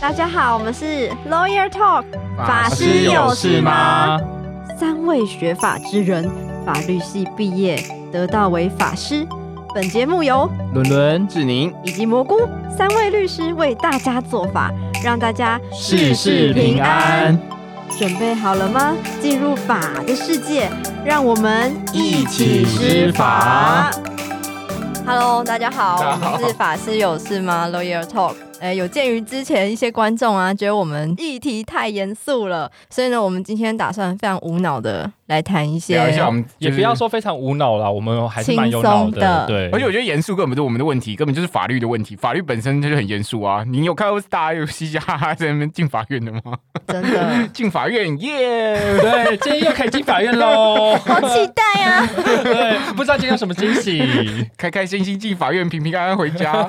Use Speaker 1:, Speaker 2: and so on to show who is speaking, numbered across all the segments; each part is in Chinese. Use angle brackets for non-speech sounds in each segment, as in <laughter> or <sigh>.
Speaker 1: 大家好，我们是 Lawyer Talk，法
Speaker 2: 师有事吗？
Speaker 1: 三位学法之人，法律系毕业，得到为法师。本节目由
Speaker 2: 伦伦
Speaker 3: 志宁，
Speaker 1: 以及蘑菇三位律师为大家做法，让大家
Speaker 2: 事事平安。
Speaker 1: 准备好了吗？进入法的世界，让我们
Speaker 2: 一起施法。
Speaker 1: Hello，大家好，
Speaker 2: 大家好
Speaker 1: 我们是法师有事吗？Lawyer Talk。哎，有鉴于之前一些观众啊，觉得我们议题太严肃了，所以呢，我们今天打算非常无脑的来谈一些
Speaker 3: 聊一下
Speaker 1: <laughs>
Speaker 3: 我们
Speaker 2: 也不要，说非常无脑啦，我们还是蛮有脑的。对，
Speaker 3: 而且我觉得严肃根本不是我们的问题，根本就是法律的问题。法律本身就是很严肃啊！你有看到大家有嘻嘻哈哈在那边进法院的吗？ <laughs>
Speaker 1: 真的
Speaker 3: 进法院耶！ <laughs>
Speaker 2: 对，今天又可以进法院 <laughs> 喽。
Speaker 1: 好期待啊！
Speaker 2: 对，不知道今天有什么惊 <laughs> 喜。
Speaker 3: 开开心心进法院，平平安安回 <laughs> 家，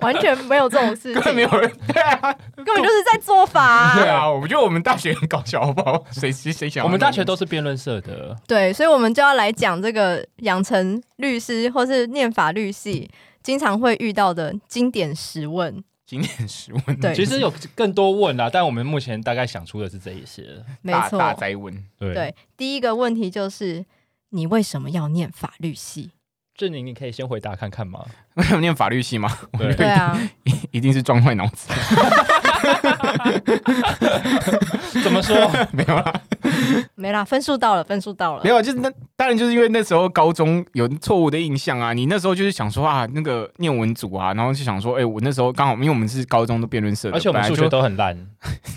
Speaker 1: 完全没有这种事
Speaker 3: 根本
Speaker 1: 情，
Speaker 3: 没有人。 <laughs> 对啊，
Speaker 1: 根本就是在做法、
Speaker 3: <laughs> 对啊，我觉得我们大学很搞笑，好不好？ <laughs> 谁谁谁想？
Speaker 2: 我们大学都是辩论社的，
Speaker 1: 对，所以我们就要来讲这个养成律师或是念法律系经常会遇到的经典实问。
Speaker 3: 经典十问，
Speaker 1: 对
Speaker 2: 其实有更多问啦，但我们目前大概想出的是这一些。
Speaker 1: 没
Speaker 3: 大大
Speaker 1: 错，
Speaker 3: 灾问。 <laughs>
Speaker 2: 对，
Speaker 1: 对，第一个问题就是你为什么要念法律系？
Speaker 2: 志宁，你可以先回答看看吗？
Speaker 3: 为什么念法律系吗？ <laughs>
Speaker 2: 对
Speaker 1: 对啊，
Speaker 3: 一定是撞坏脑子，
Speaker 2: 怎 <laughs> 么说？
Speaker 3: 没有啦，
Speaker 1: 没啦，分数到了，分数到
Speaker 3: 没
Speaker 1: 了。
Speaker 3: 有，就是那当然就是因为那时候高中有错误的印象啊，你那时候就是想说啊，那个念文组啊，然后就想说，哎、我那时候刚好因为我们是高中的辩论社的，
Speaker 2: 而且我们数
Speaker 3: 本
Speaker 2: 学
Speaker 3: 来就
Speaker 2: 都很 <laughs> 烂，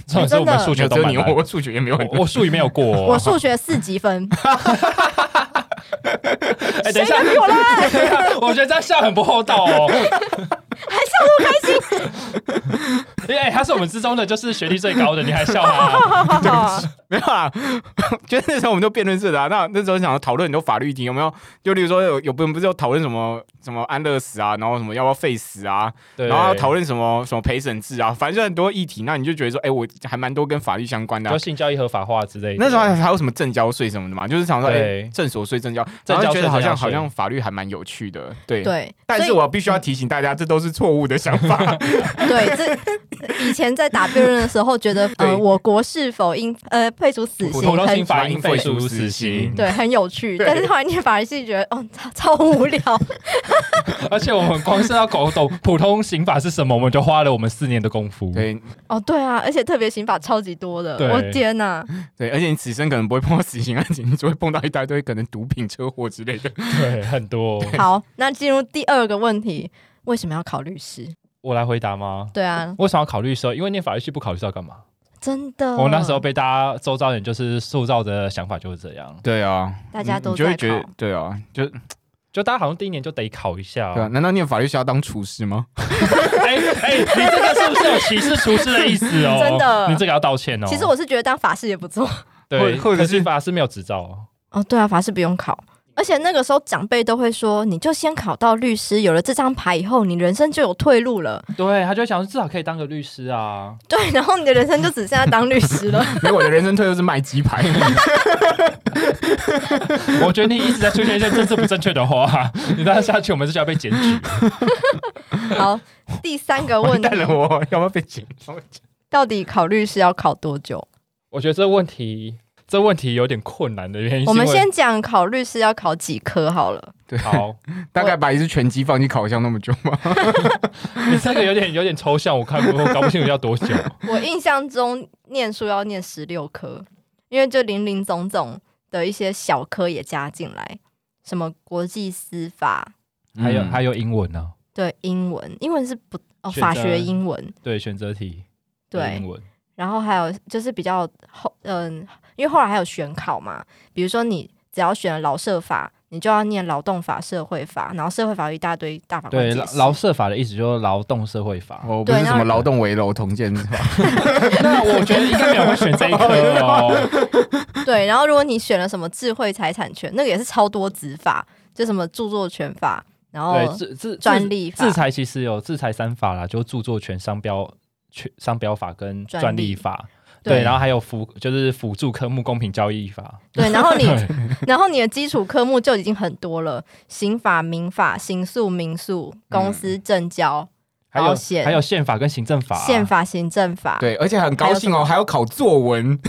Speaker 2: 重点是我们数学都
Speaker 3: 只有
Speaker 2: 蛮
Speaker 3: 你
Speaker 2: 烂。
Speaker 3: 我数学也没有很
Speaker 2: 哎我我数语没有过哦，
Speaker 1: 我数学四级分，
Speaker 2: 哎，等
Speaker 1: 谁
Speaker 2: 一下
Speaker 1: 敢，比我
Speaker 2: <laughs>
Speaker 1: 烂？
Speaker 2: 我觉得这样笑很不厚道哦。还笑不开心？ <laughs> 哎，他是我们之中的，就是学历最高的，你还笑他？ <laughs>
Speaker 3: 没有啦， <laughs> 就是那时候我们都辩论社的啊，那那时候想要讨论很多法律题，有没有？就例如说有有不不是有讨论什么什么安乐死啊，然后什么要不要废死啊，
Speaker 2: 对
Speaker 3: 然后要讨论什么什么陪审制啊，反正就很多议题，那你就觉得说，哎、我还蛮多跟法律相关的啊、
Speaker 2: 就性交易合法化之类的。
Speaker 3: 那时候还还有什么证交税什么的嘛，就是想说，哎、
Speaker 2: 对
Speaker 3: 正所税证交，
Speaker 2: 证
Speaker 3: 然
Speaker 2: 交
Speaker 3: 后
Speaker 2: 税
Speaker 3: 觉得好
Speaker 2: 证交
Speaker 3: 像
Speaker 2: 税
Speaker 3: 好像法律还蛮有趣的，对。
Speaker 1: 对，
Speaker 3: 但是
Speaker 1: 所以
Speaker 3: 我必须要提醒大家，这都是错误的想
Speaker 2: <laughs>
Speaker 3: 法。
Speaker 1: 对这以前在打辩论的时候，觉得
Speaker 3: 对
Speaker 1: 呃，我国是否应呃配处死刑，
Speaker 2: 普通
Speaker 1: 很
Speaker 2: 刑法应废除死刑，
Speaker 1: 对很有趣，
Speaker 3: 对
Speaker 1: 但是后来念法律系觉得哦超超无聊，
Speaker 2: 而且我们光是要搞懂普通刑法是什么，我们就花了我们四年的功夫。
Speaker 3: 对
Speaker 1: 哦，对啊，而且特别刑法超级多的，
Speaker 2: 对
Speaker 1: 我天哪、
Speaker 3: 对，而且你此生可能不会碰到死刑案件，你只会碰到一大堆可能毒品、车祸之
Speaker 2: <laughs>
Speaker 3: 类的。
Speaker 2: 对，很多。
Speaker 1: 好，那进入第二个问题，为什么要考律师？
Speaker 2: 我来回答吗？
Speaker 1: 对啊，
Speaker 2: 为什么要考律师？因为念法律系不考虑是要干嘛？
Speaker 1: 真的，
Speaker 2: 我那时候被大家周遭人就是塑造的想法就是这样，
Speaker 3: 对啊，
Speaker 1: <laughs> 大家都
Speaker 3: 你就
Speaker 1: 在
Speaker 3: 会
Speaker 1: 考
Speaker 3: 觉，得，对啊，就对
Speaker 2: 就大家好像第一年就得考一下。
Speaker 3: 啊。难道念法律是要当厨师吗？
Speaker 2: 哎哎，你这个是不是有歧视厨师的意思哦？
Speaker 1: <laughs> 真的
Speaker 2: 你这个要道歉哦。
Speaker 1: 其实我是觉得当法师也不错。
Speaker 2: 对，
Speaker 3: 或或者
Speaker 2: 可是
Speaker 3: 是
Speaker 2: 法师没有执照，
Speaker 1: 哦，对啊，法师不用考。而且那个时候长辈都会说，你就先考到律师，有了这张牌以后，你人生就有退路了。 <laughs>
Speaker 2: 对他就想说至少可以当个律师啊。
Speaker 1: 对，然后你的人生就只剩下当律师了。
Speaker 3: 没有，我的人生退路是卖鸡
Speaker 1: <laughs>
Speaker 3: 排。
Speaker 2: <laughs> 我觉得你一直在出现一些政治不正确的话， <laughs> 你再下去我们就要被检举。
Speaker 1: 好，第三个
Speaker 3: 完
Speaker 1: 问题
Speaker 3: 蛋，了我，要不要被剪？
Speaker 1: 到底考律师要考多久？
Speaker 2: 我觉得这问题，这问题有点困难的原因是因为，
Speaker 1: 我们先讲考律师要考几科好了。
Speaker 3: 对，
Speaker 2: 好，
Speaker 3: 大概把一只拳击放进烤箱那么久吗？
Speaker 2: 你这个有点有点抽象，我看不我搞不清楚要多久。
Speaker 1: 我印象中念书要念十六科，因为就林林总总的一些小科也加进来，什么国际司法，
Speaker 2: 还有
Speaker 3: 嗯
Speaker 2: 还有英文啊呢、
Speaker 1: 对英文，英文是不哦
Speaker 2: 选择
Speaker 1: 法学英文，
Speaker 2: 对，选择题，
Speaker 1: 对
Speaker 2: 英文，
Speaker 1: 然后还有就是比较后嗯，因为后来还有选考嘛，比如说你只要选了劳社法，你就要念劳动法、社会法，然后社会法有一大堆大法官
Speaker 2: 对
Speaker 1: 解
Speaker 2: 劳
Speaker 1: 释
Speaker 2: 劳社法的意思就是劳动社会法。
Speaker 3: 哦，不是
Speaker 1: 对那
Speaker 3: 什么劳动围楼
Speaker 1: <laughs>
Speaker 3: 同建是吧？
Speaker 2: 那我觉得应该没有人会选这一科 <laughs> 哦。
Speaker 1: 对，然后如果你选了什么智慧财产权，那个也是超多执法，就什么著作权法，然后
Speaker 2: 对，自自
Speaker 1: 哦专利法
Speaker 2: 制裁其实有制裁三法啦，就是著作权、商标、权商标法跟
Speaker 1: 专利
Speaker 2: 专利法。
Speaker 1: 对
Speaker 2: 对，然后还有辅就是辅助科目公平交易法。
Speaker 1: 对，然
Speaker 2: <laughs>
Speaker 1: 后你，然后你的基础科目就
Speaker 2: 嗯
Speaker 1: 已经很多了，刑法、民法、刑诉、民诉、公司、政交，
Speaker 2: 还有
Speaker 1: 保险
Speaker 2: 还有宪法跟行政法啊、
Speaker 1: 宪法、行政法，
Speaker 3: 对，而且很高兴哦，还要考作文，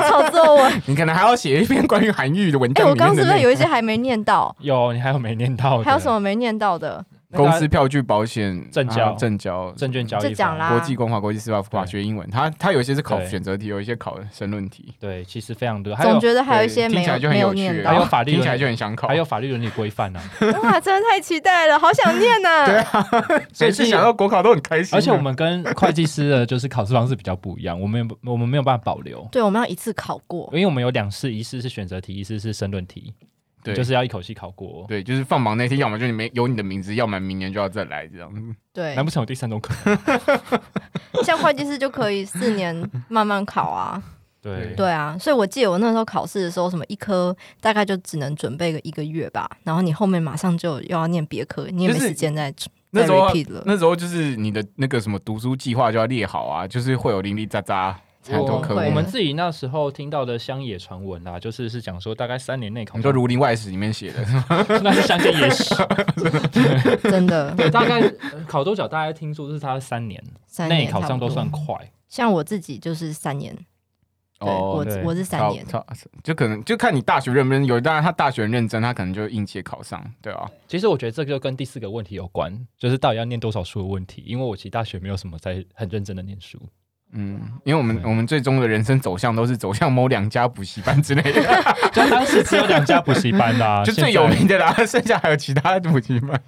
Speaker 1: 抄作文。
Speaker 3: 你可能还要写一篇关于韩愈的文
Speaker 1: 哎、
Speaker 3: 章。
Speaker 1: 我
Speaker 3: 里面
Speaker 1: 刚刚
Speaker 3: 的
Speaker 1: 是不是
Speaker 3: 内
Speaker 1: 有一些还没念到？
Speaker 2: 有，你还有没念到
Speaker 3: 哦
Speaker 2: 的？
Speaker 1: 还有什么没念到的？
Speaker 2: 那个
Speaker 3: 公
Speaker 2: 啊
Speaker 3: 司票据保险、
Speaker 2: 证
Speaker 3: 然后
Speaker 2: 交
Speaker 3: 证交、
Speaker 2: 证券交易
Speaker 1: 就讲
Speaker 2: 法
Speaker 1: 啦
Speaker 3: 国际公法、国际司法法
Speaker 2: 对
Speaker 3: 学英文，它它有一些是考
Speaker 2: 对
Speaker 3: 选择题，有一些考申论题，
Speaker 2: 对，其实非常多，还
Speaker 1: 总
Speaker 2: 有
Speaker 1: 觉得还有一些没
Speaker 3: 对听起来
Speaker 1: 有
Speaker 3: 就很
Speaker 1: 没
Speaker 3: 有
Speaker 1: 念
Speaker 3: 趣，啊 <laughs>
Speaker 1: 到
Speaker 2: 还。有法律
Speaker 3: 听
Speaker 2: 伦
Speaker 3: 起来就很想考，
Speaker 2: 还有法律伦理规范啊。
Speaker 1: 哇，真的太期待了，好想念啊呢、
Speaker 3: <laughs> 啊所以是想到国考都很开心啊。
Speaker 2: 而且我们跟会计师的就是考试方式比较不一样，我们也我们没有办法保留，
Speaker 1: 对，我们要一次考过
Speaker 3: 哎
Speaker 2: 因，为我们有两试，一试是选择题，一试是申论题，
Speaker 3: 对
Speaker 2: 就是要一口气考过。
Speaker 3: 对，就是放榜那天，要么就你没有你的名字，要么明年就要再来这样。
Speaker 1: 对
Speaker 2: 难，不成有第三种可能？
Speaker 1: 像会计师就可以四年
Speaker 3: <laughs>
Speaker 1: 慢慢考啊。
Speaker 2: 对
Speaker 1: 对啊，所以我记得我那时候考试的时候，什么一科大概就只能准备个一个月吧，然后你后面马上就又要念别科，你也
Speaker 3: 就
Speaker 1: 没
Speaker 3: 是
Speaker 1: 时间再再
Speaker 3: 那时候啊
Speaker 1: repeat 了。
Speaker 3: 那时候就是你的那个什么读书计划就要列好啊，就是会有零零杂杂很
Speaker 1: 我
Speaker 3: 多科
Speaker 1: 会
Speaker 2: 我
Speaker 3: 目
Speaker 2: 们。自己那时候听到的乡野传闻啊，就是是讲说大概三年内考
Speaker 3: 你
Speaker 2: 上，
Speaker 3: 说《儒林外史》里面写的，
Speaker 2: 那是乡间野 <laughs> 史，
Speaker 1: 真
Speaker 3: <laughs>
Speaker 1: 的
Speaker 2: 对，大概呃考多久？大概听说是他三年
Speaker 1: 三
Speaker 2: 内
Speaker 1: 年
Speaker 2: 考
Speaker 1: 差
Speaker 2: 上
Speaker 1: 不
Speaker 2: 都
Speaker 1: 多
Speaker 2: 算快，
Speaker 1: 像我自己就是三年，对
Speaker 3: 哦
Speaker 1: 我
Speaker 2: <laughs> 对
Speaker 1: 我是三年，
Speaker 3: 超超就可能就看你大学认不认，有当然他大学很认真，他可能就应届考上，对啊，
Speaker 2: 其实我觉得这个就跟第四个问题有关，就是到底要念多少书的问题。因为我其实大学没有什么在很认真的念书，
Speaker 1: 啊
Speaker 3: 嗯，因为我们
Speaker 2: 对啊
Speaker 3: 我们最终的人生走向都是走向某两家补习班之类的，
Speaker 2: 就当时只有两家补习班啦、 <laughs>
Speaker 3: 就最
Speaker 2: 啊现在
Speaker 3: 有名的啦， <laughs> 剩下还有其他的补习班，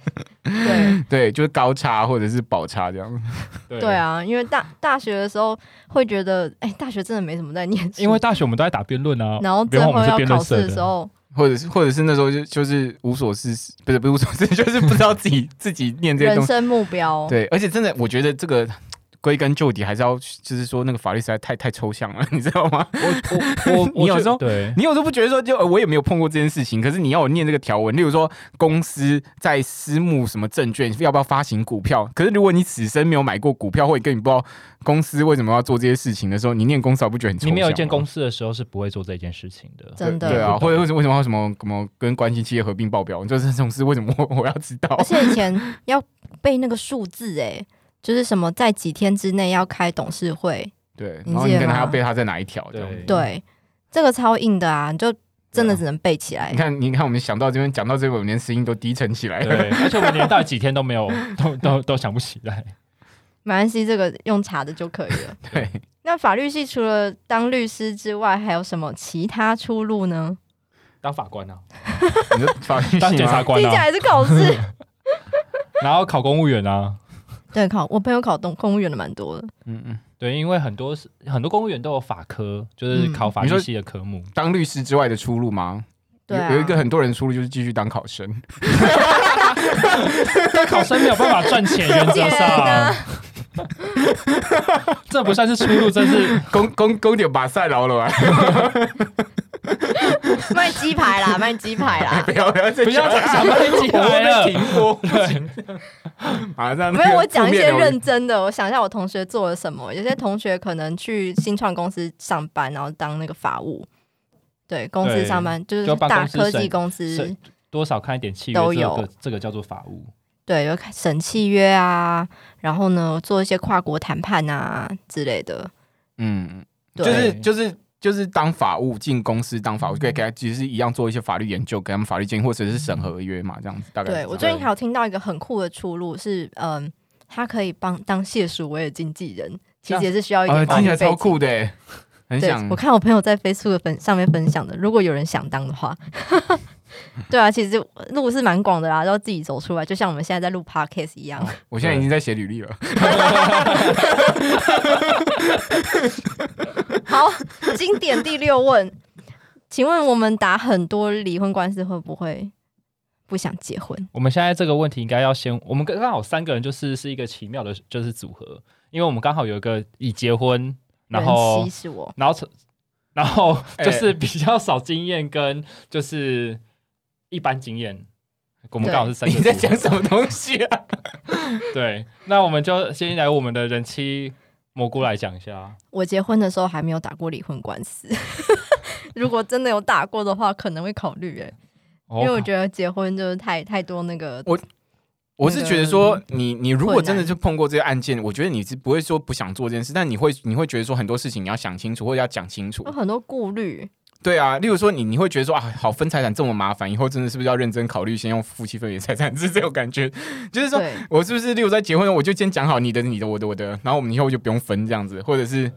Speaker 1: 对
Speaker 3: 对，就是高差或者是宝差这样，
Speaker 2: 对
Speaker 1: 对。啊，因为大大学的时候会觉得，哎、大学真的没什么在念书，
Speaker 2: 因为大学我们都在打辩论 <laughs> 啊，
Speaker 1: <laughs> 然后
Speaker 2: 别
Speaker 1: 最
Speaker 2: 忘
Speaker 1: 后
Speaker 2: 我们是
Speaker 1: 要
Speaker 2: 辩
Speaker 1: 考
Speaker 2: 论
Speaker 1: 试
Speaker 2: 社
Speaker 1: 的时，候，
Speaker 3: 或者是或者是那时候就就是无所事事，不是不是无所事，事， <laughs> 就是不知道自己自己念这些
Speaker 1: 人
Speaker 3: 东西，
Speaker 1: 生目标，
Speaker 3: 嗯对，而且真的我觉得这个。归根究底，还是要就是说，那个法律实在太太抽象了， <laughs> 你知道吗？
Speaker 2: 我我我
Speaker 3: 你有时候
Speaker 2: 对
Speaker 3: <laughs> 你有时候不觉得说就，呃我也没有碰过这件事情，可是你要我念这个条文，例如说公司在私募什么证券要不要发行股票，可是如果你此生没有买过股票，或者跟你不知道公司为什么要做这些事情的时候，你念公司还不觉得很抽
Speaker 2: 你
Speaker 3: 象
Speaker 2: 没有一间
Speaker 3: 吗
Speaker 2: 公司的时候是不会做这件事情的。
Speaker 1: 真的
Speaker 3: 啊对啊，
Speaker 2: 不懂
Speaker 3: 或者为什么为什么要什么什么跟关系企业合并报表，你就是这种事为什么我我要知
Speaker 1: <laughs>
Speaker 3: 道
Speaker 1: 而？且以前要背那个数字、哎，就是什么在几天之内要开董事会，
Speaker 3: 对，
Speaker 1: 你
Speaker 3: 然后
Speaker 1: 记
Speaker 3: 你
Speaker 1: 得
Speaker 3: 可能还要
Speaker 1: 吗
Speaker 3: 背它在哪一条这
Speaker 2: 对
Speaker 3: 样。
Speaker 1: 对，这个超硬的啊，你就真的只能背起来
Speaker 3: 你。看，你看，我们想到这边，讲到这边，我们连声音都低沉起来了。
Speaker 2: 对， <laughs> 而且我们连到底几天都没有， <laughs> 都都都想不起来。
Speaker 1: 没关系，这个用查的就可以
Speaker 3: <laughs>
Speaker 1: 了。
Speaker 3: 对，
Speaker 1: 那法律系除了当律师之外，还有什么其他出路呢？
Speaker 2: 当法官啊，
Speaker 3: 你说法律
Speaker 2: <laughs> 当
Speaker 3: 系
Speaker 2: 检察
Speaker 3: <laughs> 吗？
Speaker 1: 听
Speaker 2: 官
Speaker 1: 起
Speaker 2: 啊，
Speaker 1: 来是考
Speaker 3: <laughs>
Speaker 1: 试。
Speaker 2: 然后考公务员啊。
Speaker 1: 对，考我朋友考动公务员的蛮多的，
Speaker 3: 嗯嗯，
Speaker 2: 对，因为很多是很多公务员都有法科，就是
Speaker 1: 嗯
Speaker 2: 考法
Speaker 3: 你
Speaker 2: 律
Speaker 3: 说
Speaker 2: 系的科目。
Speaker 3: 当律师之外的出路吗？
Speaker 1: 对啊
Speaker 3: 有有一个很多人出路就是继续当考生。 <laughs>
Speaker 2: 但考生没有办法赚钱，原则
Speaker 1: 天哪
Speaker 2: 上， <laughs> 这不算是出路，这 <laughs> 是
Speaker 3: 公公公点把赛劳了啊吧？
Speaker 1: 卖鸡排啦，卖鸡排
Speaker 3: <laughs>
Speaker 1: 啦
Speaker 3: <laughs> 不。要不要再
Speaker 2: 不要再想卖鸡
Speaker 3: 我
Speaker 2: 排
Speaker 3: 会被
Speaker 2: 了。
Speaker 3: 停播。 <laughs> 马上那个
Speaker 1: 没有，我讲一些
Speaker 3: 负面留
Speaker 1: 认
Speaker 3: 言
Speaker 1: 真的。我想一下，我同学做了什么。有些同学可能去新创公司上班，然后当那个法务，对公司
Speaker 2: 对
Speaker 1: 上班就是
Speaker 2: 就帮
Speaker 1: 大
Speaker 2: 公司
Speaker 1: 科技
Speaker 2: 审
Speaker 1: 公司
Speaker 2: 审，多少看一点契约，
Speaker 1: 都
Speaker 2: 这
Speaker 1: 有
Speaker 2: 个这个叫做法务。
Speaker 1: 对，有审契约啊，然后呢，做一些跨国谈判啊之类的。
Speaker 3: 嗯，
Speaker 1: 对，
Speaker 3: 就是就是就是当法务进公司当法务，可以给他其实是一样做一些法律研究，给他们法律建议或者是审合约嘛，这样子大概是这
Speaker 1: 对
Speaker 3: 样。
Speaker 1: 我最近还有听到一个很酷的出路是，嗯，他可以帮当谢淑薇的经纪人，其
Speaker 2: 这
Speaker 1: 实
Speaker 2: 样
Speaker 1: 也是需要一
Speaker 3: 呃
Speaker 1: 个法
Speaker 3: 听起
Speaker 1: 律
Speaker 3: 来
Speaker 1: 背
Speaker 3: 超
Speaker 1: 景。
Speaker 3: 酷的欸，很
Speaker 1: 对
Speaker 3: 想，
Speaker 1: 我看我朋友在 Facebook 的分上面分享的，如果有人想当的
Speaker 3: <laughs>
Speaker 1: 话， <laughs> 对啊，其实路是蛮广的啦，要自己走出来，就像我们现在在录 Podcast 一样。
Speaker 3: 我现在已经在写履
Speaker 1: <laughs>
Speaker 3: 历了。
Speaker 1: 好，经典第六问，请问我们打很多离婚官司会不会不想结婚？
Speaker 2: 我们现在这个问题应该要先，我们刚刚好三个人就是是一个奇妙的，就是组合，因为我们刚好有一个已结婚，然
Speaker 1: 人
Speaker 2: 后
Speaker 1: 妻是我，
Speaker 2: 然后然后
Speaker 3: <laughs> 哎
Speaker 2: 就是比较少经验跟就是一般经验，我们刚好是三个
Speaker 3: 你
Speaker 2: 组合。
Speaker 3: 在讲什么东西啊？
Speaker 2: <laughs> 对，那我们就先来我们的人妻蘑菇来讲一下。
Speaker 1: 我结婚的时候还没有打过离婚官司。 <laughs> 如果真的有打过的话，可能会考虑哎、
Speaker 2: 哦
Speaker 1: 因为我觉得结婚就是太太多那个
Speaker 3: 我我是觉得说，你你如果
Speaker 1: 困
Speaker 3: 真的
Speaker 1: 难
Speaker 3: 就碰过这个案件，我觉得你是不会说不想做这件事，但你会你会觉得说很多事情你要想清楚，或者要讲清楚
Speaker 1: 有。很多顾虑，
Speaker 3: 对啊，例如说你你会觉得说啊，好分财产这么麻烦，以后真的是不是要认真考虑，先用夫妻分别财产是这种感觉， <laughs> 就是说
Speaker 1: 对，
Speaker 3: 我是不是例如在结婚，我就先讲好你的你的我的我的，然后我们以后就不用分这样子，或者是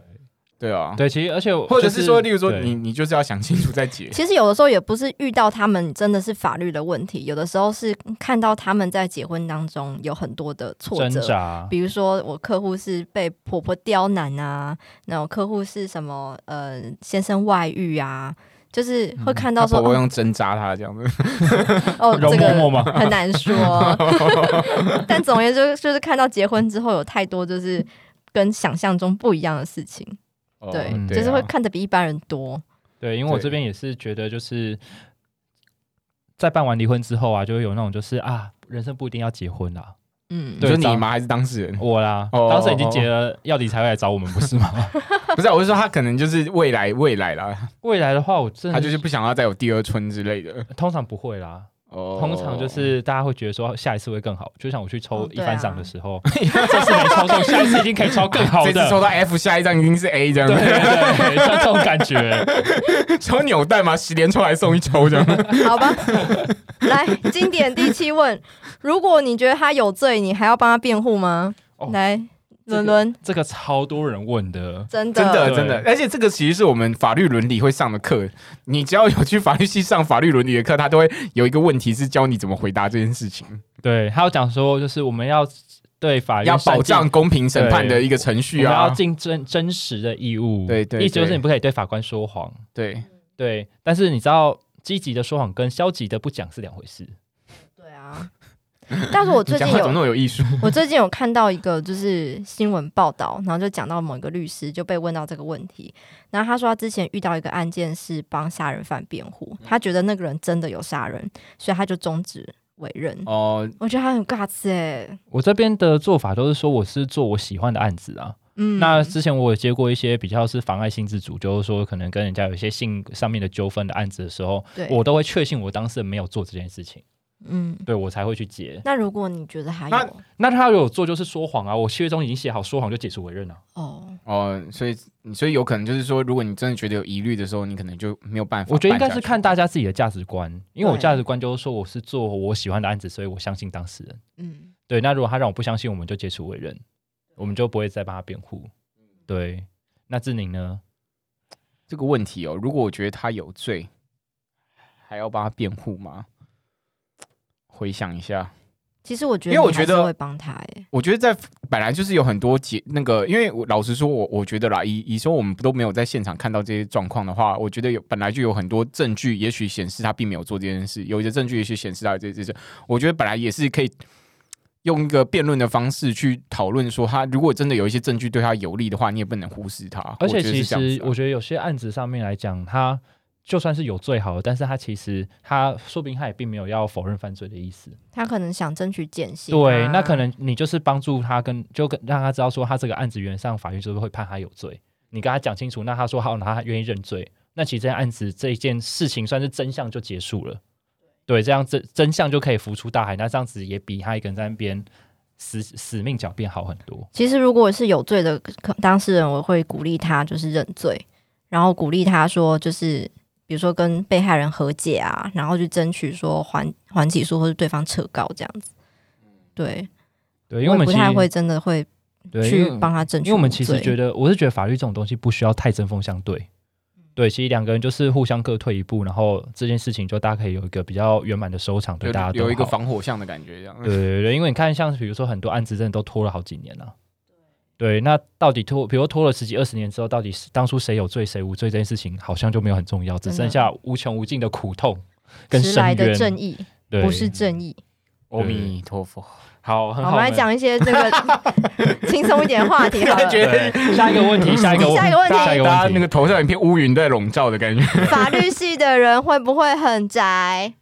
Speaker 3: 对啊，
Speaker 2: 对，其实而且我
Speaker 3: 或者
Speaker 2: 就是
Speaker 3: 说例如说
Speaker 2: 对
Speaker 3: 你你就是要想清楚
Speaker 1: <laughs>
Speaker 3: 再结。
Speaker 1: 其实有的时候也不是遇到他们真的是法律的问题，有的时候是看到他们在结婚当中有很多的挫
Speaker 2: 挣
Speaker 1: 折，
Speaker 2: 扎，
Speaker 1: 比如说我客户是被婆婆刁难啊，那我客户是什么呃先生外遇啊，就是会看到说、
Speaker 3: 我用针扎他这样子，
Speaker 1: 哦哦
Speaker 2: 容
Speaker 1: 这
Speaker 2: 嬷嬷
Speaker 1: 个
Speaker 2: 嘛，
Speaker 1: 很难
Speaker 2: <laughs>
Speaker 1: 说，但总而言之就是看到结婚之后有太多就是跟想象中不一样的事情，
Speaker 3: 哦
Speaker 1: 对，
Speaker 2: 嗯
Speaker 1: 就是会
Speaker 3: 啊
Speaker 1: 看得比一般人多，
Speaker 2: 对，因为我
Speaker 3: 对
Speaker 2: 这边也是觉得，就是在办完离婚之后啊，就会有那种就是啊，人生不一定要结婚啦，
Speaker 1: 嗯，
Speaker 3: 就
Speaker 2: 对
Speaker 3: 是你
Speaker 2: 当
Speaker 3: 吗？还是当事
Speaker 2: <laughs>
Speaker 3: 人？
Speaker 2: 我啦，
Speaker 3: 哦
Speaker 2: 当时已经结了，要理财会来找我们，不是吗？
Speaker 3: 不是啊、我是说他可能就是未来未来啦，
Speaker 2: 未来的话，我真的
Speaker 3: 他就是不想要再有第二春之类的。
Speaker 2: 通常不会啦，
Speaker 3: 哦
Speaker 2: 通常就是大家会觉得说哦下一次会更好，就像我去抽
Speaker 1: 哦
Speaker 2: 一
Speaker 1: 对啊
Speaker 2: 番赏的
Speaker 1: <laughs>
Speaker 2: 时候，这次没抽中，下一次一定可以抽更好
Speaker 3: 这
Speaker 2: 的。
Speaker 3: 次抽到 F，下一张一定是 A 这
Speaker 2: 对对
Speaker 3: 样，
Speaker 2: 对，像这种感
Speaker 3: <laughs>
Speaker 2: 觉，
Speaker 3: 抽扭蛋嘛，十连抽还送一抽这样。
Speaker 1: 好吧， <laughs> 来经典第七问：如果你觉得他有罪，你还要帮他辩护吗？
Speaker 2: 哦
Speaker 1: 来，
Speaker 2: 这个
Speaker 1: 伦伦，
Speaker 2: 这个超多人问的。
Speaker 1: 真的
Speaker 3: 真的
Speaker 2: 对
Speaker 3: 真的，而且这个其实是我们法律伦理会上的课，你只要有去法律系上法律伦理的课，他都会有一个问题是教你怎么回答这件事情，
Speaker 2: 对，他有讲说，就是我们要对法院
Speaker 3: 啊要
Speaker 2: 善
Speaker 3: 保
Speaker 2: 尽
Speaker 3: 障公平审判的一个程
Speaker 2: 我
Speaker 3: 序
Speaker 2: 们要
Speaker 3: 啊。
Speaker 2: 尽真真实的义务。
Speaker 3: 对对
Speaker 2: 意思就是
Speaker 3: 对
Speaker 2: 你不可以对法官说谎。
Speaker 3: 对，
Speaker 2: 对，但是你知道，积极的说谎跟消极的不讲是两回事。
Speaker 1: 对啊。但是我
Speaker 3: 你
Speaker 1: 最
Speaker 3: 讲
Speaker 1: 近
Speaker 3: 话怎么那
Speaker 1: 有，
Speaker 3: 么有艺术？
Speaker 1: <laughs> 我最近有看到一个就是新闻报道，然后就讲到某一个律师就被问到这个问题，然后他说他之前遇到一个案件是帮杀人犯辩护，
Speaker 3: 嗯
Speaker 1: 他觉得那个人真的有杀人，所以他就终止委任。
Speaker 3: 哦，
Speaker 1: 我觉得他很 guts 哎、
Speaker 2: 我这边的做法都是说，我是做我喜欢的案子啊。
Speaker 1: 嗯，
Speaker 2: 那之前我有接过一些比较是妨碍性自主，就是说可能跟人家有一些性上面的纠纷的案子的时候，
Speaker 1: 对，
Speaker 2: 我都会确信我当事人没有做这件事情，
Speaker 1: 嗯，
Speaker 2: 对我才会去结。
Speaker 1: 那如果你觉得还
Speaker 3: 那
Speaker 1: 有
Speaker 2: 那他有做就是说谎啊，我契约中已经写好说谎就解除委任了、啊
Speaker 1: 哦，
Speaker 3: 哦，所以所以有可能就是说，如果你真的觉得有疑虑的时候，你可能就没有办法。
Speaker 2: 我觉得应该是看大家自己的价值观，因为我
Speaker 1: 对
Speaker 2: 价值观就是说我是做我喜欢的案子，所以我相信当事人。
Speaker 1: 嗯，
Speaker 2: 对，那如果他让我不相信，我们就解除委任，我们就不会再帮他辩护。对，那志宁呢？
Speaker 3: 这个问题哦，如果我觉得他有罪，还要帮他辩护吗？回想一下，
Speaker 1: 其实我觉得，
Speaker 3: 因为我觉得
Speaker 1: 会帮他、欸，
Speaker 3: 我觉得在本来就是有很多解那个，因为我老实说我，我觉得啦，以以说我们都没有在现场看到这些状况的话，我觉得有本来就有很多证据，也许显示他并没有做这件事，有一些证据也许显示他有这这事，我觉得本来也是可以用一个辩论的方式去讨论说，他如果真的有一些证据对他有利的话，你也不能忽视他。
Speaker 2: 而且
Speaker 3: 我觉得
Speaker 2: 其
Speaker 3: 是这样
Speaker 2: 实
Speaker 3: 子啊
Speaker 2: 我觉得有些案子上面来讲，他就算是有罪好了，但是他其实他说不定他也并没有要否认犯罪的意思。
Speaker 1: 他可能想争取减刑、啊，
Speaker 2: 对，那可能你就是帮助他跟就跟让他知道说他这个案子原则上法院就是会判他有罪，你跟他讲清楚，那他说好，那他愿意认罪，那其实这件案子这一件事情算是真相就结束了。对，这样真真相就可以浮出大海，那这样子也比他一个人在那边死死命狡辩好很多。
Speaker 1: 其实如果是有罪的可当事人，我会鼓励他就是认罪，然后鼓励他说就是。比如说跟被害人和解啊，然后去争取说还还起诉或者对方撤告这样子，对，
Speaker 2: 对，因为我们
Speaker 1: 不
Speaker 2: 其实
Speaker 1: 太会真的会
Speaker 2: 对因
Speaker 1: 去
Speaker 2: 为
Speaker 1: 帮他争取无罪，
Speaker 2: 因为我们其实觉得，我是觉得法律这种东西不需要太针锋相对。
Speaker 1: 嗯
Speaker 2: 对，其实两个人就是互相各退一步，然后这件事情就大家可以有一个比较圆满的收场，对大家都
Speaker 3: 有有一个
Speaker 2: 好
Speaker 3: 防火巷的感觉，这样。
Speaker 2: 对对对，因为你看，像比如说很多案子真的都拖了好几年了、对，那到底拖，比如拖了十几二十年之后，到底是当初谁有罪谁无罪这件事情，好像就没有很重要，
Speaker 1: 真
Speaker 2: 只
Speaker 1: 的
Speaker 2: 剩下无穷无尽的苦痛跟
Speaker 1: 迟来
Speaker 2: 深
Speaker 1: 的正
Speaker 2: 渊。
Speaker 1: 义
Speaker 2: 对，
Speaker 1: 不是正义。
Speaker 3: 阿弥陀佛，
Speaker 2: 好，很
Speaker 1: 好，
Speaker 2: 好。
Speaker 1: 我们来讲一些这个轻松一点的话题好
Speaker 2: <laughs>
Speaker 1: 了。
Speaker 3: 觉得
Speaker 2: 对下一个问题，下一个
Speaker 1: <laughs> 下一个问题
Speaker 2: 下一个
Speaker 3: 大
Speaker 2: 问
Speaker 3: 家
Speaker 2: 题，
Speaker 3: 那个头上一片乌云在笼罩的感觉。 <laughs>
Speaker 1: 法律系的人会不会很宅？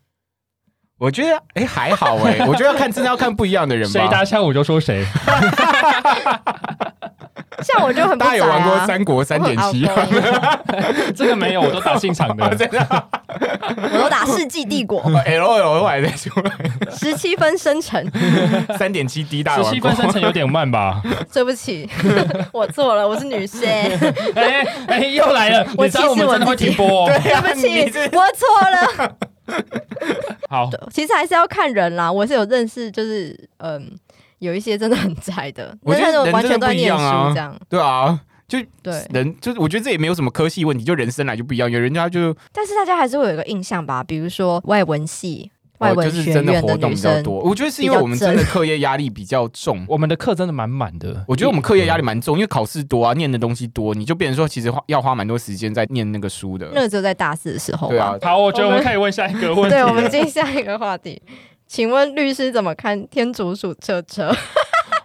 Speaker 3: 我觉得哎、还好哎、我觉得要看真的要看不一样的人
Speaker 2: 谁
Speaker 3: 吧。
Speaker 2: 搭腔我就说谁。
Speaker 1: <laughs>
Speaker 2: <laughs>
Speaker 1: 像我就很不啊
Speaker 3: 大家
Speaker 1: 宅
Speaker 3: 有玩过《
Speaker 1: 啊。
Speaker 3: 三国三点七》》
Speaker 1: 我很 outgoing
Speaker 2: 这个没有，我都打进场的。
Speaker 1: 我 <laughs> 都打《世纪帝国
Speaker 3: L <laughs> L 后来再出来，
Speaker 1: 十七分生成。
Speaker 3: <laughs> 三点七 D 大
Speaker 2: 十
Speaker 3: 碗
Speaker 2: 七分生成有点慢吧？
Speaker 1: <laughs> 对不起， <laughs> 我错了，我是女
Speaker 3: <laughs>
Speaker 1: 生，对
Speaker 2: <laughs> 哎哎，又来 <laughs> 了！
Speaker 1: 我
Speaker 2: 你知道我们真的会停
Speaker 1: <laughs>
Speaker 2: 播哦。
Speaker 1: 不
Speaker 3: 你
Speaker 1: 起
Speaker 3: 是，
Speaker 1: 我错了。
Speaker 2: 好，
Speaker 1: 其实还是要看人啦，我是有认识，就是嗯。有一些真的很宅的，
Speaker 3: 我觉
Speaker 1: 但
Speaker 3: 得
Speaker 1: 是
Speaker 3: 人
Speaker 1: 完全
Speaker 3: 真
Speaker 1: 都
Speaker 3: 的
Speaker 1: 在
Speaker 3: 不一
Speaker 1: 念
Speaker 3: 样啊
Speaker 1: 书，这样
Speaker 3: 对啊，就
Speaker 1: 对。
Speaker 3: 人就是我觉得这也没有什么科系问题，就人生来就不一样，有人家就
Speaker 1: 但是大家还是会有一个印象吧，比如说外文系、外
Speaker 3: 哦
Speaker 1: 文
Speaker 3: 就是
Speaker 1: 学
Speaker 3: 真的
Speaker 1: 院
Speaker 3: 活动
Speaker 1: 女
Speaker 3: 比较
Speaker 1: 生，
Speaker 3: 多，我觉得是因为我们
Speaker 1: <laughs>
Speaker 3: 真的课业压力比较重。
Speaker 2: 我们的课真的满满的，
Speaker 3: 我觉得我们课业压力蛮重，因为考试多啊，念的东西多，你就变成说其实花要花蛮多时间在念那个书的。
Speaker 1: 那个只有在大四的时候吧。
Speaker 3: 对啊，
Speaker 2: 嗯好，我觉得我们可以问下一个问题
Speaker 1: 对，我
Speaker 2: 了
Speaker 1: 们。进下一个话题，请问律师怎么看天竺鼠车车？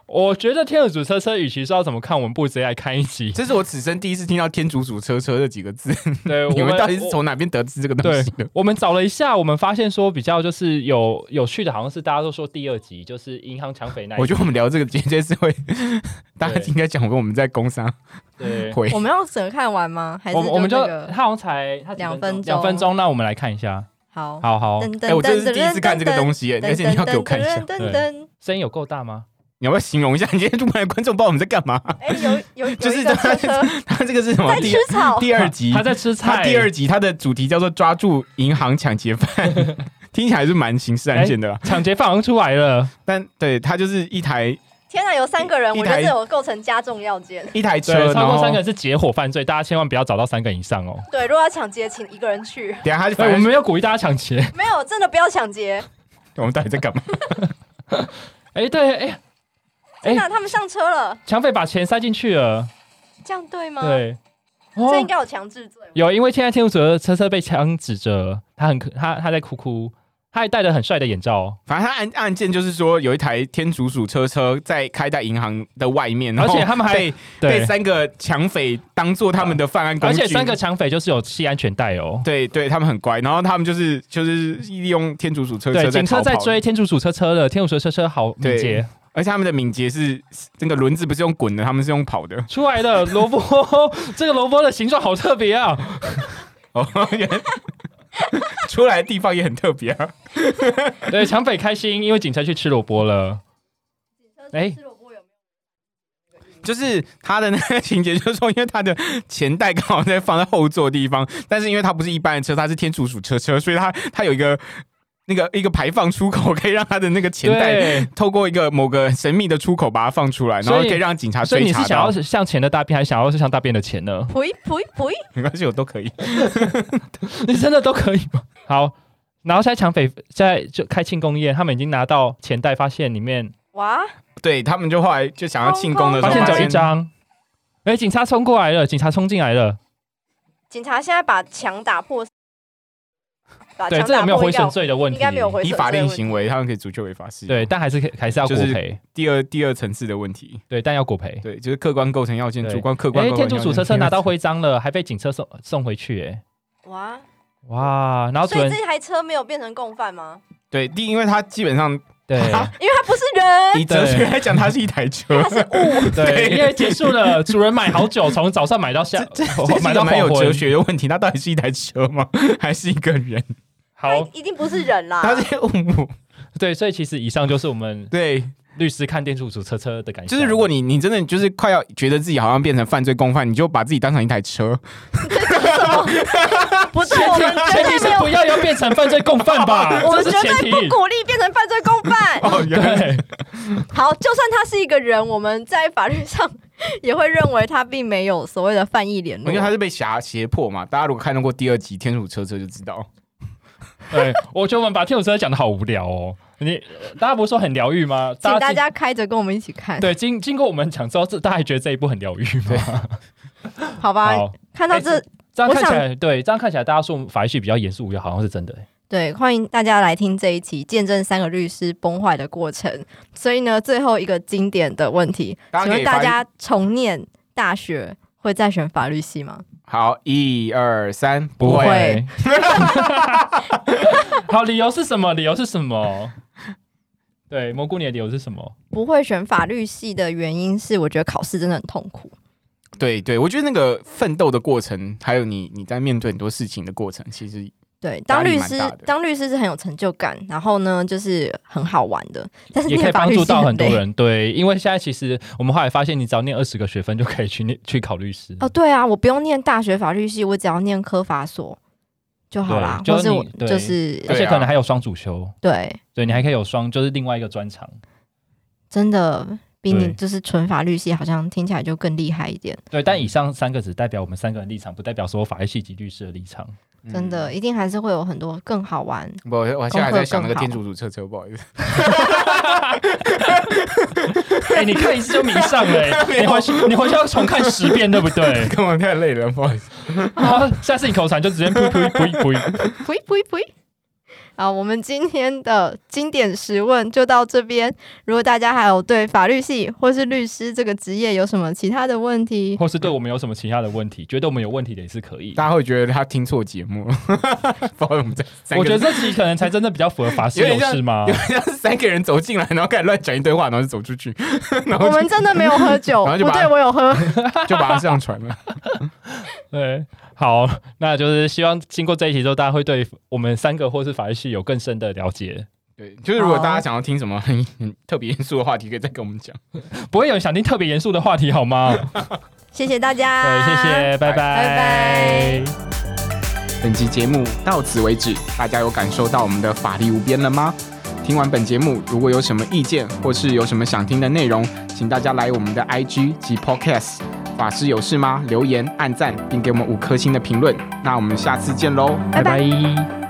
Speaker 2: 我觉得天鹅主车车，与其说要怎么看，我们不如直接来看一集。
Speaker 3: 这是我此生第一次听到“天竺鼠车车”这几个字，
Speaker 2: <laughs> 对，
Speaker 3: 你
Speaker 2: 我
Speaker 3: 们到底是
Speaker 2: 我
Speaker 3: 从哪边得知这个东
Speaker 2: 对
Speaker 3: 西的？
Speaker 2: 我们找了一下，我们发现说比较就是有有趣的，好像是大家都说第二集就是银行抢匪那一集。
Speaker 3: 我觉得我们聊这个绝对是会，大家应该讲说我们在工商
Speaker 2: 对，
Speaker 3: 会
Speaker 1: 我们要整个看完吗？还是
Speaker 2: 我们我们就
Speaker 1: 那个
Speaker 2: 他好像才他几
Speaker 1: 两分钟哦
Speaker 2: 两分钟，那我们来看一下。
Speaker 1: 好？
Speaker 2: 好好，
Speaker 1: 噔噔
Speaker 3: 哎、我这是第一次看这个东西、耶，
Speaker 1: 噔
Speaker 3: 而且你要给我看一下
Speaker 1: 噔，噔噔，
Speaker 2: 声音有够大吗？
Speaker 3: 你要不要形容一下？你今天突然观众不知道我们在干嘛？
Speaker 1: 哎，
Speaker 3: <laughs>
Speaker 1: 有有有
Speaker 3: 就是
Speaker 1: 一个车车
Speaker 3: 他这个是什么
Speaker 1: 在？
Speaker 3: 第
Speaker 1: 吃草，
Speaker 3: 第二集，
Speaker 2: 他在吃
Speaker 3: 嗯他
Speaker 2: 菜。
Speaker 3: 第二集他的主题叫做“抓住银行抢劫犯”，听起来还是蛮刑事案件的啦。
Speaker 2: 抢劫犯好像出来了，
Speaker 3: 但对他就是一台
Speaker 1: 天哪，有三个人，
Speaker 3: 一
Speaker 1: 我觉
Speaker 3: 台
Speaker 1: 得这有构成加重要件。
Speaker 3: 一台车，
Speaker 2: 对，
Speaker 3: 然
Speaker 2: 超
Speaker 3: 后
Speaker 2: 过三个人是结伙犯罪，大家千万不要找到三个以上哦。
Speaker 1: 对，如果要抢劫，请一个人去。
Speaker 3: 等一下他就
Speaker 2: 对，
Speaker 3: 哎反
Speaker 2: 我们
Speaker 3: 正
Speaker 2: 没有鼓励大家抢劫。
Speaker 1: 没有，真的不要抢劫！
Speaker 3: 我们到底在干嘛？
Speaker 2: <laughs> 哎，对，哎，
Speaker 1: 天哪，他们上车了，
Speaker 2: 抢匪把钱塞进去了，
Speaker 1: 这样对
Speaker 3: 嗯
Speaker 1: 吗？，
Speaker 2: 对，
Speaker 1: 这
Speaker 2: 哦
Speaker 1: 应，该有强制罪。
Speaker 2: 有，因为现在天竺鼠的车车被枪指着，他很可，他他在哭哭，他还戴着很帅的眼罩，哦
Speaker 3: 反正他案案件就是说，有一台天竺鼠车车在开在银行的外面，
Speaker 2: 而
Speaker 3: 然后
Speaker 2: 且他们还
Speaker 3: 被被
Speaker 2: 对，
Speaker 3: 三个抢匪当做他们的犯案工
Speaker 2: 而
Speaker 3: 具，
Speaker 2: 且三个抢匪就是有系安全带哦。
Speaker 3: 对对，他们很乖，然后他们就是就是利用天竺鼠车
Speaker 2: 对，
Speaker 3: 车
Speaker 2: 警
Speaker 3: 逃
Speaker 2: 车
Speaker 3: 跑
Speaker 2: 在追，天竺鼠车车的，天竺鼠车车好敏
Speaker 3: 对
Speaker 2: 捷，
Speaker 3: 而且他们的敏捷是那个轮子不是用滚的，他们是用跑的。
Speaker 2: 出来的萝卜， <laughs> 这个萝卜的形状好特别啊！
Speaker 3: 哦，原来出来的地方也很特别啊。
Speaker 2: 对，抢匪开心，因为警察去吃萝卜了。哎
Speaker 1: 吃萝卜有没
Speaker 3: 就是他的那个情节，就是说，因为他的钱袋刚好在放在后座的地方，但是因为它不是一般的车，它是天竺鼠车车，所以它它有一个那个一个排放出口，可以让它的那个钱袋
Speaker 2: 对，
Speaker 3: 透过一个某个神秘的出口把它放出来，然后
Speaker 2: 所以
Speaker 3: 可以让警察
Speaker 2: 所以
Speaker 3: 啊追
Speaker 2: 你是
Speaker 3: 查
Speaker 2: 想要
Speaker 3: 到。
Speaker 2: 是像钱的大便，还是想要是像大便的钱呢？
Speaker 1: 有？呸呸呸！
Speaker 3: <laughs> 没关系，我都可以。
Speaker 2: 你真的都可以吗？ <laughs> 好，然后现在抢匪在就开庆功宴，他们已经拿到钱袋，发现里面
Speaker 1: 哇，
Speaker 3: 对他们就后来就想要庆功的时
Speaker 2: 发
Speaker 3: 候，
Speaker 2: 现只有
Speaker 1: 对
Speaker 2: 一张。哎、警察冲过来了，警察冲进来了。
Speaker 1: 警察现在把墙打破，把
Speaker 2: 对，
Speaker 1: 墙
Speaker 2: 这有
Speaker 1: 打
Speaker 2: 没有
Speaker 1: 破
Speaker 2: 毁
Speaker 1: 应该
Speaker 2: 损
Speaker 1: 有
Speaker 2: 罪的问题？
Speaker 1: 应该没有毁
Speaker 3: 以
Speaker 1: 损
Speaker 3: 法
Speaker 1: 罪的
Speaker 3: 令
Speaker 1: 问题。
Speaker 3: 行为，他们可以足球违法事。
Speaker 2: 对，，但还是可以还是要果
Speaker 3: 就是
Speaker 2: 赔。
Speaker 3: 第二第二层次的问题，
Speaker 2: 对，但要果赔。
Speaker 3: 对，就是客观构成要件，
Speaker 2: 对
Speaker 3: 主观客观
Speaker 2: 哎、
Speaker 3: 构成要
Speaker 2: 天
Speaker 3: 件。
Speaker 2: 竺鼠车车拿到徽章了，还被警车送送回去、哎，
Speaker 1: 哇，
Speaker 2: 哇！然后主
Speaker 1: 所以
Speaker 2: 人
Speaker 1: 这台车没有变成共犯吗？
Speaker 3: 对，第因为它基本上
Speaker 2: 对
Speaker 1: 因为它不是人，
Speaker 3: 以哲学来讲，它是一台
Speaker 2: <laughs>
Speaker 3: 车
Speaker 1: 它，是物。
Speaker 2: 对，因为结束了，主人买好久，从早上买到下，
Speaker 3: <laughs>
Speaker 2: <laughs>
Speaker 3: 这是
Speaker 2: 买
Speaker 3: 一
Speaker 2: 到
Speaker 3: 个蛮有
Speaker 2: 黄昏
Speaker 3: 哲。学的问题。它到底是一台车吗？ <laughs> 还是一个人？
Speaker 2: 好，
Speaker 1: 一定不是人啦。
Speaker 2: 啊
Speaker 3: 它是物。
Speaker 2: 对，所以其实以上就是我们
Speaker 3: 对，
Speaker 2: 律师看电柱主车车的感觉。
Speaker 3: 就是如果你你真的就是快要觉得自己好像变成犯罪共犯，你就把自己当成一
Speaker 2: <laughs>
Speaker 3: 台车。
Speaker 1: 啊不对，我们绝
Speaker 2: 前提
Speaker 1: 对
Speaker 2: 是
Speaker 1: 没有
Speaker 2: 不，要要变成犯罪共犯吧，
Speaker 1: <laughs> 我们
Speaker 2: 啊这
Speaker 1: 绝
Speaker 2: 是前提
Speaker 1: 对。不鼓励变成犯罪共
Speaker 2: <laughs>
Speaker 1: 犯。
Speaker 3: 哦，原来
Speaker 2: 对，
Speaker 1: 好，就算他是一个人，我们在法律上也会认为他并没有所谓的犯意联
Speaker 3: 因为它
Speaker 1: 络。
Speaker 3: 是被挟胁迫嘛。大家如果看到过第二集《天主车车》就知道，
Speaker 2: 对，我觉得我们把天主车讲的好无聊哦。你大家不是说很疗愈吗？
Speaker 1: 请大
Speaker 2: 经
Speaker 1: 家开着跟我们一起看，
Speaker 2: 对经经过我们讲之后，这大家还觉得这一部很疗愈吗？
Speaker 1: 好吧？
Speaker 2: 好，
Speaker 1: 看到这，
Speaker 2: 这样
Speaker 1: 我
Speaker 2: 看起
Speaker 1: 想
Speaker 2: 来，对，这样看起来，大家说我们法律系比较严肃，我觉得好像是真的。
Speaker 1: 对，欢迎大家来听这一期，见证三个律师崩坏的过程。所以呢，最后一个经典的问题，
Speaker 3: 大家
Speaker 1: 请
Speaker 3: 可
Speaker 1: 问
Speaker 3: 以
Speaker 1: 大家重念大学会再选法律系吗？
Speaker 3: 好，一二三，
Speaker 2: 不
Speaker 1: 会。
Speaker 2: <laughs> 好，理由是什么？理由是什么？对，蘑菇，你的理由是什么？
Speaker 1: 不会选法律系的原因是，我觉得考试真的很痛苦。
Speaker 3: 对对，我觉得那个奋斗的过程，还有你你在面对很多事情的过程，其实
Speaker 1: 对，
Speaker 3: 压
Speaker 1: 当
Speaker 3: 力
Speaker 1: 律
Speaker 3: 蛮
Speaker 1: 师
Speaker 3: 大的，
Speaker 1: 当律师是很有成就感，然后呢，就是很好玩的，但是
Speaker 2: 也可以
Speaker 1: 念法
Speaker 2: 帮
Speaker 1: 律
Speaker 2: 助
Speaker 1: 系
Speaker 2: 到很多
Speaker 1: 累。
Speaker 2: 人。对，因为现在其实我们后来发现，你只要念二十个学分就可以去念去考律师。
Speaker 1: 哦，对啊，我不用念大学法律系，我只要念科法所就好啦，
Speaker 2: 对啊
Speaker 1: 或
Speaker 2: 就是是
Speaker 1: 我
Speaker 2: 你对
Speaker 1: 就是
Speaker 2: 而
Speaker 3: 对
Speaker 2: 且可
Speaker 3: 啊
Speaker 2: 能还有双主修，
Speaker 1: 对，
Speaker 2: 对你还可以有双，就是另外一个专长。
Speaker 1: 真的比你
Speaker 2: 对
Speaker 1: 就是纯法律系好像听起来就更厉害一点，
Speaker 2: 对，但以上三个只代表我们三个人立场，不代表所有法律系及律师的立场。
Speaker 1: 真的一定还是会有很多更好玩。
Speaker 3: 我我现在还在想那
Speaker 1: 功课
Speaker 3: 个
Speaker 1: 更好
Speaker 3: 天竺鼠车车，不好意思， <laughs>
Speaker 2: 哎、你看一次就迷上
Speaker 3: <laughs>
Speaker 2: 了、欸
Speaker 3: 没有
Speaker 2: 你回去你回去要重看十遍，对不对？
Speaker 3: 跟我太累了，不好意思。
Speaker 2: 然后下次你口馋就直接噗噗噗噗。
Speaker 1: 呸呸呸！啊，我们今天的经典实问就到这边。如果大家还有对法律系或是律师这个职业有什么其他的问
Speaker 3: <laughs>
Speaker 1: 题，
Speaker 2: 或是对我们有什么其他的问题，觉得我们有问题的也是可以。
Speaker 3: 大家会觉得他听错节目了， <laughs> 不好意思，我们在三
Speaker 2: 我
Speaker 3: 个
Speaker 2: 觉得
Speaker 3: 人，
Speaker 2: 这集可能才真的比较符合法师
Speaker 3: 有点
Speaker 2: 有
Speaker 3: 像
Speaker 2: 事吗
Speaker 3: 有？点像 <laughs> 三个人走进来，然后开始乱讲一堆话，然后就走出去， <laughs> 然后
Speaker 1: 我
Speaker 3: 就
Speaker 1: 们真的没有喝酒，
Speaker 3: <laughs> 然后就
Speaker 1: 不
Speaker 3: 把
Speaker 1: 对，我有喝。
Speaker 3: 就把它上传了。
Speaker 2: 对，好，那就是希望经过这一集之后，大家会对我们三个或是法律系有更深的了解。
Speaker 3: 对，就是如果
Speaker 1: 好
Speaker 3: 大家想要听什么很很特别严肃的话题，可以再跟我们讲。
Speaker 2: 不会有人想听特别严肃的话题，好吗？
Speaker 1: 谢谢大
Speaker 3: <laughs>
Speaker 1: 家，
Speaker 2: 对，谢谢，拜拜，
Speaker 1: 拜拜
Speaker 3: 本期节目到此为止，大家有感受到我们的法力无边了吗？听完本节目，如果有什么意见或是有什么想听的内容，请大家来我们的 IG 及 Podcast 法师有事吗？留言、按赞，并给我们五颗星的评论。那我们下次见喽，
Speaker 1: 拜拜
Speaker 2: 拜